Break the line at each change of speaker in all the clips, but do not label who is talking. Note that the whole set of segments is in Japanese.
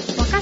阪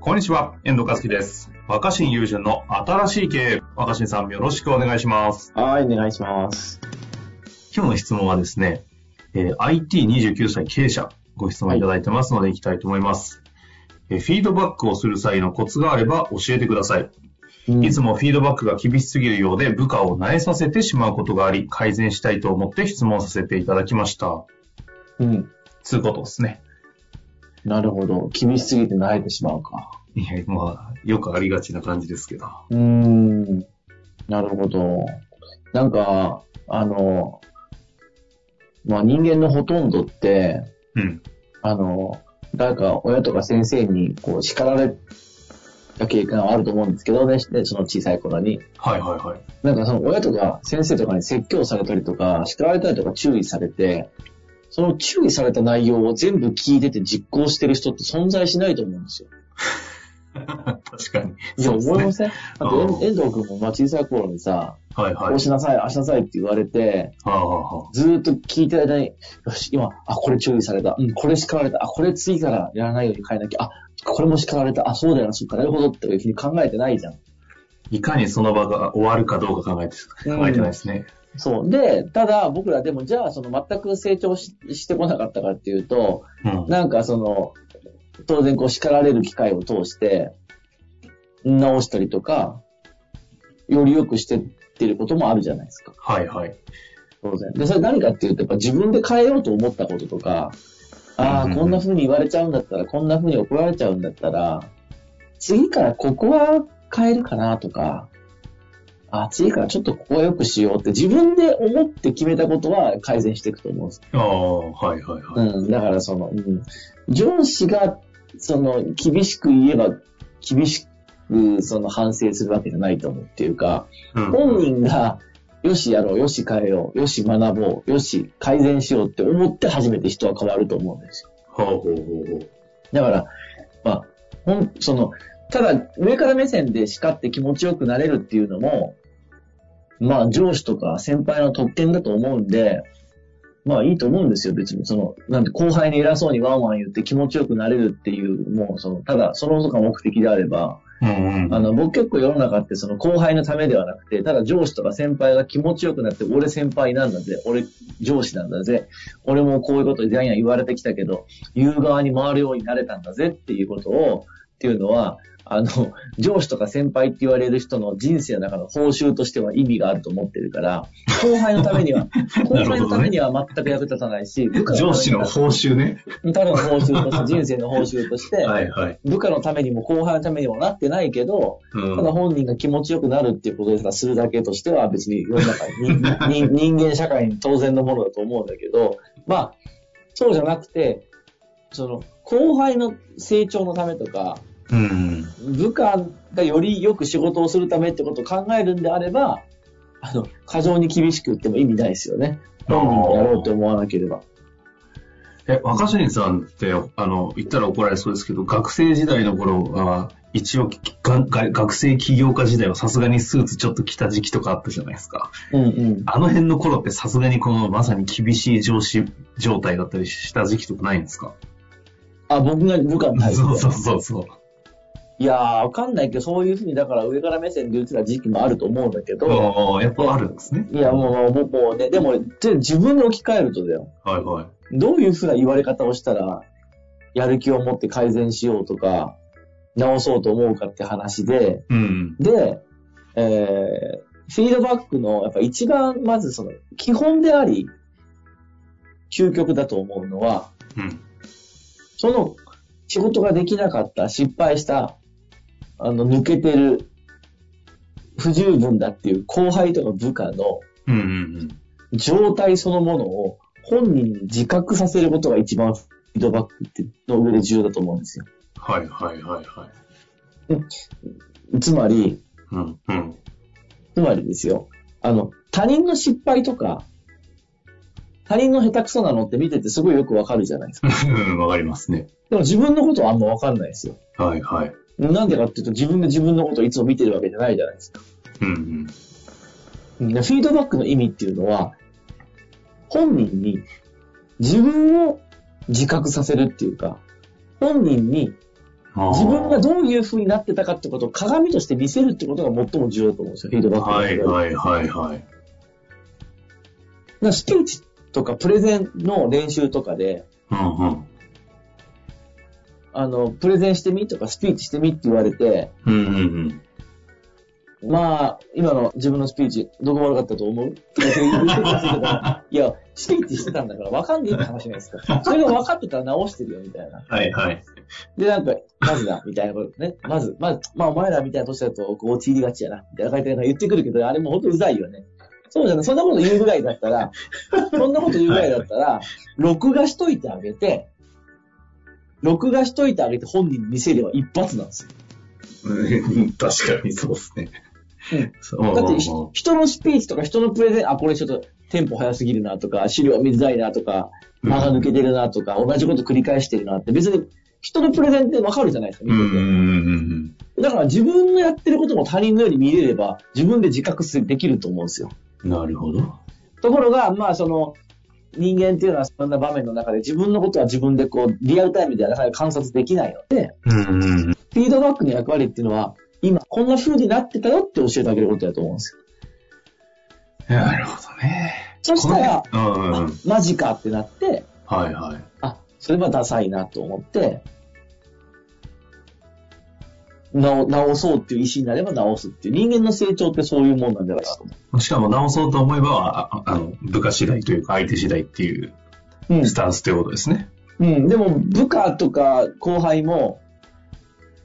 こんにちは、遠藤和樹です。若新雄純の新しい経営。若新さん、よろしくお願いします。
はい、お願いします。
今日の質問はですね、えー IT29 歳経営者、ご質問いただいてますので、いきたいと思います、えーフィードバックをする際のコツがあれば教えてください。いつもフィードバックが厳しすぎるようで、部下を萎えさせてしまうことがあり、改善したいと思って質問させていただきました。
うん。
つうことですね。
なるほど。厳しすぎて慣れてしまうか。
いや、まあ、よくありがちな感じですけど。
うーん。なるほど。なんか、あの、まあ、人間のほとんどって、
うん。
あの、誰か親とか先生にこう叱られた経験はあると思うんですけどね、でその小さい頃に。
はいはいはい。
なんかその親とか先生とかに説教されたりとか、叱られたりとか注意されて、その注意された内容を全部聞いてて実行してる人って存在しないと思うんですよ。
確かに。
いや、思いませんだって
うん
遠藤君もまあ小さい頃にさ、
はいはい
こう。しなさい、ああしなさいって言われて、
ああああ
ずーっと聞いてる間に、よし、今、あ、これ注意された、うん、これ叱られた、あ、これ次からやらないように変えなきゃ、あ、これも叱られた、あ、そうだよな、そっか、なるほどっていうふうに考えてないじゃん。
いかにその場が終わるかどうか考えて、
うん
考えてないですね。
そう。で、ただ僕らでも、じゃあ、その全く成長ししてこなかったかっていうと、
うん。
なんかその、当然こう叱られる機会を通して、直したりとか、より良くしてってることもあるじゃないですか。
はいはい。
当然。で、それ何かっていうと、やっぱ自分で変えようと思ったこととか、あ
うんうんう
あ、
ん
こんな風に言われちゃうんだったら、こんな風に怒られちゃうんだったら、次からここは変えるかなとか、あー次からちょっとここは良くしようって自分で思って決めたことは改善していくと思うんです。
ああ、はいはいはい。
うん。だからその、うん。上司が、その、厳しく言えば、厳しく、その、反省するわけじゃないと思うっていうか、
うん
本人が、よしやろう、よし変えよう、よし学ぼう、よし改善しようって思って初めて人は変わると思うんですよ。
ほうほうほうほう。
だから、まあ、ほん、その、ただ、上から目線で叱って気持ちよくなれるっていうのも、まあ、上司とか先輩の特権だと思うんで、まあ、いいと思うんですよ、別に。その、なんで、後輩に偉そうにワンワン言って気持ちよくなれるっていう、もう、その、ただ、そのとか目的であれば、
うんうん。
あの、僕結構世の中ってその後輩のためではなくて、ただ上司とか先輩が気持ちよくなって、俺先輩なんだぜ、俺上司なんだぜ、俺もこういうことでやんやん言われてきたけど、言う側に回るようになれたんだぜっていうことを、っていうのは、あの、上司とか先輩って言われる人の人生の中の報酬としては意味があると思ってるから、後輩のため には、後輩のためには全く役立たないし、部下
上司の
た
報酬ね。
めの報酬として、人生の報酬として、
はいはい。
部下のためにも後輩のためにもなってないけど、
うん
ただ本人が気持ちよくなるっていうことですらするだけとしては別に世の中 に人人間社会に当然のものだと思うんだけど、まあ、そうじゃなくて、その、後輩の成長のためとか、
うん。
部下がよりよく仕事をするためってことを考えるんであれば、あの、過剰に厳しく言っても意味ないですよね。本人がやろうと思わなければ。
え、若新さんって、あの、言ったら怒られそうですけど、学生時代の頃は、一応がが学生起業家時代はさすがにスーツちょっと着た時期とかあったじゃないですか。
うんうん。
あの辺の頃ってさすがにこのまさに厳しい上司状態だったりした時期とかないんですか、
あ、僕が部下に対して。
そうそうそうそう。
いやー、わかんないけど、そういうふうに、だから上から目線で言ってた時期もあると思うんだけど、
ああ、やっぱあるんですね。
いや、もう、もう、もうね、でも、で自分で置き換えるとだよ。
はいはい。
どういうふうな言われ方をしたら、やる気を持って改善しようとか、直そうと思うかって話で、
うん。
で、えー、フィードバックの、やっぱ一番、まずその、基本であり、究極だと思うのは、
うん。
その、仕事ができなかった、失敗した、あの、抜けてる、不十分だっていう後輩とか部下の、
うんうん
状態そのものを本人に自覚させることが一番フィードバックっての上で重要だと思うんですよ。
はいはいはいはい。
つまり、
うん、うん。
つまりですよ、あの、他人の失敗とか、他人の下手くそなのって見ててすごいよくわかるじゃないですか。
うん わかりますね。
でも自分のことはあんまわかんないですよ。
はい、はい。
なんでかっていうと自分で自分のことをいつも見てるわけじゃないじゃないですか。
うん、
うんフィードバックの意味っていうのは、本人に自分を自覚させるっていうか、本人に
うん。あー
自分がどういう風になってたかってことを鏡として見せるってことが最も重要だと思うんですよ、フィードバックの場合
はい、はい、はい、はい。
だからスピーチとかプレゼンの練習とかで、
うん、うん。
あの、プレゼンしてみとかスピーチしてみって言われて、
うん、うん、うん。
まあ、今の自分のスピーチ、どこが悪かったと 思うとか言う人がいるけどいや、スピーチしてたんだから分かんねえって話じゃないですか。それが分かってたら直してるよ、みたいな。
はい、はい。
で、なんか、まずだ、みたいなことね。まず、まず、まあ、お前らみたいな年だと、こう、陥りがちやな、みたいな感じで言ってくるけど、あれもうほんとうざいよね。そうじゃない。そんなこと言うぐらいだった ら、そんなこと言うぐらいだったら、録画しといてあげて、録画しといてあげて本人に見せれば一発なんですよ。
うん確かにそうですね。
うん
そううん
だってひ
う
人のスピーチとか人のプレゼン、あ、これちょっとテンポ早すぎるなとか、資料見づらいなとか、
うん
間が抜けてるなとか、同じこと繰り返してるなって、別に人のプレゼンってわかるじゃないですか、見
んう
て
ん
て
うん
だから自分のやってることも他人のように見れれば、自分で自覚すできると思うんですよ。
うん。なるほど。
ところが、まあその、人間っていうのはそんな場面の中で自分のことは自分でこう、リアルタイムではなかなか観察できないので、
うんうんうん。
フィードバックの役割っていうのは、今こんな風になってたよって教えてあげることだと思うんですよ。
なるほどね。
そしたら、
この辺うんうん
あ。マジかってなって、
はいはい。
あ、それはダサいなと思って、直直そうっていう意思になれば直すっていう、人間の成長ってそういうもんなんじゃないかと思
しかも直そうと思えば、あああの、部下次第というか相手次第っていう
う。うん
スタンスということですね。
うん、でも部下とか後輩も、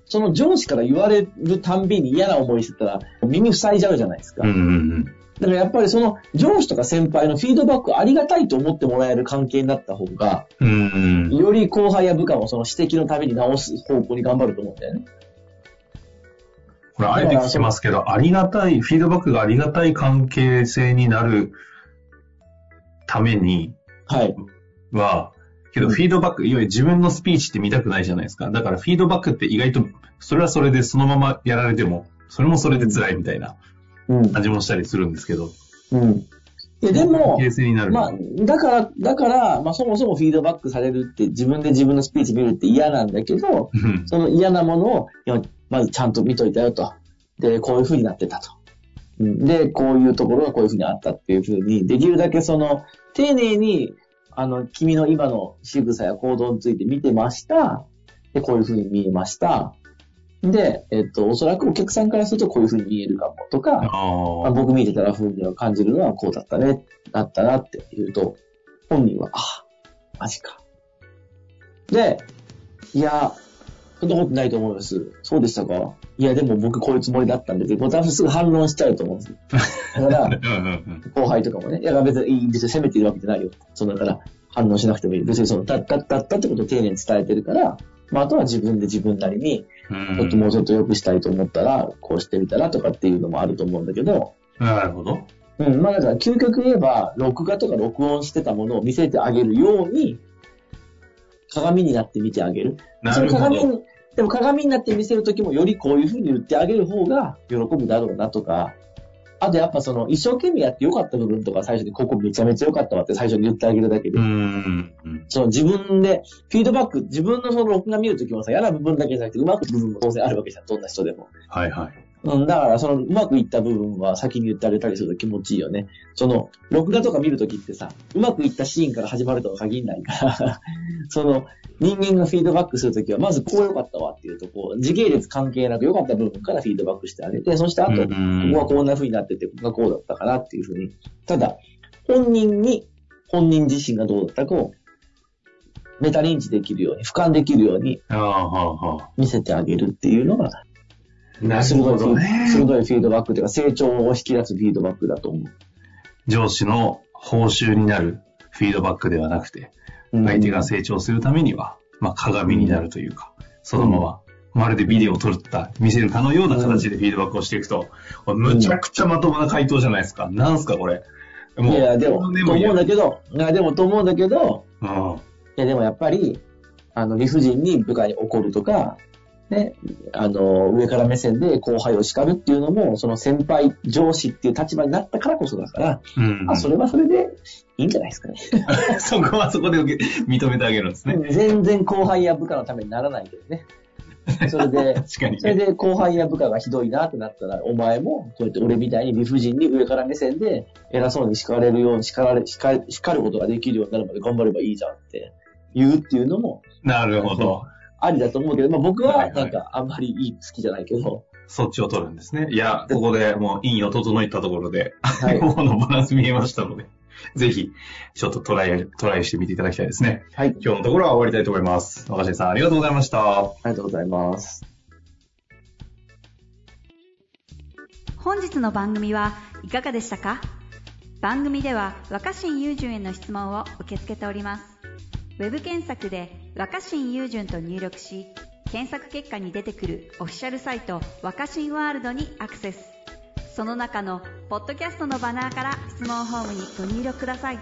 その上司から言われるたんびに嫌な思いしてたら耳塞いじゃうじゃないですか。
うんうん
だからやっぱりその上司とか先輩のフィードバックをありがたいと思ってもらえる関係になった方が、
うん。うんうん。
より後輩や部下もその指摘のために直す方向に頑張ると思うんだよね。
これあえて聞きますけど、ありがたい、フィードバックがありがたい関係性になるために
はい。
は、けど
うん
フィードバック、いわゆる自分のスピーチって見たくないじゃないですか。だからフィードバックって意外と、それはそれでそのままやられても、それもそれで辛いみたいな
うん。
感じもしたりするんですけど。
うん。いやで
関、
も
係性になる。
まあ、だから、だから、まあそもそもフィードバックされるって自分で自分のスピーチ見るって嫌なんだけど、
うん
その嫌なものを、いやまずちゃんと見といたよと。で、こういう風になってたと。うんで、こういうところがこういう風にあったっていう風に、できるだけその、丁寧に、あの、君の今の仕草や行動について見てました。で、こういう風に見えました。で、えっと、おそらくお客さんからするとこういう風に見えるかもとか、
あ
あ
あ。
僕見てたら風には感じるのはこうだったね、だったなって言うと、本人は、あ、マジか。で、いや、そんなことないと思います。そうでしたかいや、でも僕こういうつもりだったんで、で私すぐ反論しちゃうと思うんですよ。だから、
うんうんうん。
後輩とかもね、いや別に、別に責めてるわけじゃないよ。そんなだから、反応しなくてもいい。別にその、だった、だったってことを丁寧に伝えてるから、まあ、あとは自分で自分なりに、
うん
ちょっともうちょっと良くしたいと思ったら、こうしてみたらとかっていうのもあると思うんだけど、
なるほど。
うん、まあだから究極言えば、録画とか録音してたものを見せてあげるように、鏡になって見てあげる。
なるほ
その鏡
ど。
にでも鏡になって見せるときもよりこういうふうに言ってあげる方が喜ぶだろうなとか、あとやっぱその一生懸命やって良かった部分とか最初にここめちゃめちゃ良かったわって最初に言ってあげるだけで、
うん。うん
その自分でフィードバック、自分のその録画見るときもさ、嫌な部分だけじゃなくてうまくいく部分も当然あるわけじゃん、どんな人でも。
はいはい。
うん、だから、その、うまくいった部分は先に言ってあげたりすると気持ちいいよね。その、録画とか見るときってさ、うまくいったシーンから始まるとは限らないから、 その、人間がフィードバックするときは、まずこう良かったわっていうと、こう、時系列関係なく良かった部分からフィードバックしてあげて、そしてあと、
う
こ
ん
こはこんな風になってて、ここがこうだったかなっていう風に。ただ、本人に、本人自身がどうだったかを、メタ認知できるように、俯瞰できるように
ああ、はあ、は
見せてあげるっていうのが、
あ。なる
鋭
ほ
いフ
ど
ィー
ね。
鋭いフィードバックというか、成長を引き出すフィードバックだと思
上司の報酬になるフィードバックではなくて、
う。うん
相手が成長するためには、まあ、鏡になるというか、そのまままるでビデオを撮った見せるかのような形でフィードバックをしていくと、むちゃくちゃまともな回答じゃないですか。なんすか、これ。
いやいや、でも、
ね
と
いいや
思うんだけど、いやでも、と思うんだけど、
うん。
いや、でもやっぱり、あの、理不尽に部下に怒るとか、ね、あの、上から目線で後輩を叱るっていうのも、その先輩、上司っていう立場になったからこそだから、
うん
まあ、それはそれでいいんじゃないですかね。
そこはそこで受け認めてあげるんですね。
全然後輩や部下のためにならないけどね。それ で、
確かに
それ
ね。
で後輩や部下がひどいなってなったら、お前も、こうやって俺みたいに理不尽に上から目線で、偉そうに叱れるように、叱られ、叱る叱ることができるようになるまで頑張ればいいじゃんって言うっていうのも
なるほど。
ありだと思うけど、まあ僕
はい
は
はい
なんかあんまりいい好きじゃないけど、
そっちを取るんですね。いや、ここでもう陰を整えたところで、
はい
今日のバランス見えましたので、 ぜひ、ちょっとトライ、トライしてみていただきたいですね。
はい、あり
今日のところは終わりたいと思います。若新さん、ありがとうございました。
がとうございます。
本日の番組はいかがでしたか番組では若新雄純への質問を受け付けておりますウェブ検索で「若新雄純」と入力し検索結果に出てくるオフィシャルサイト「若新ワールド」にアクセスその中の「ポッドキャスト」のバナーから質問フォームにご入力ください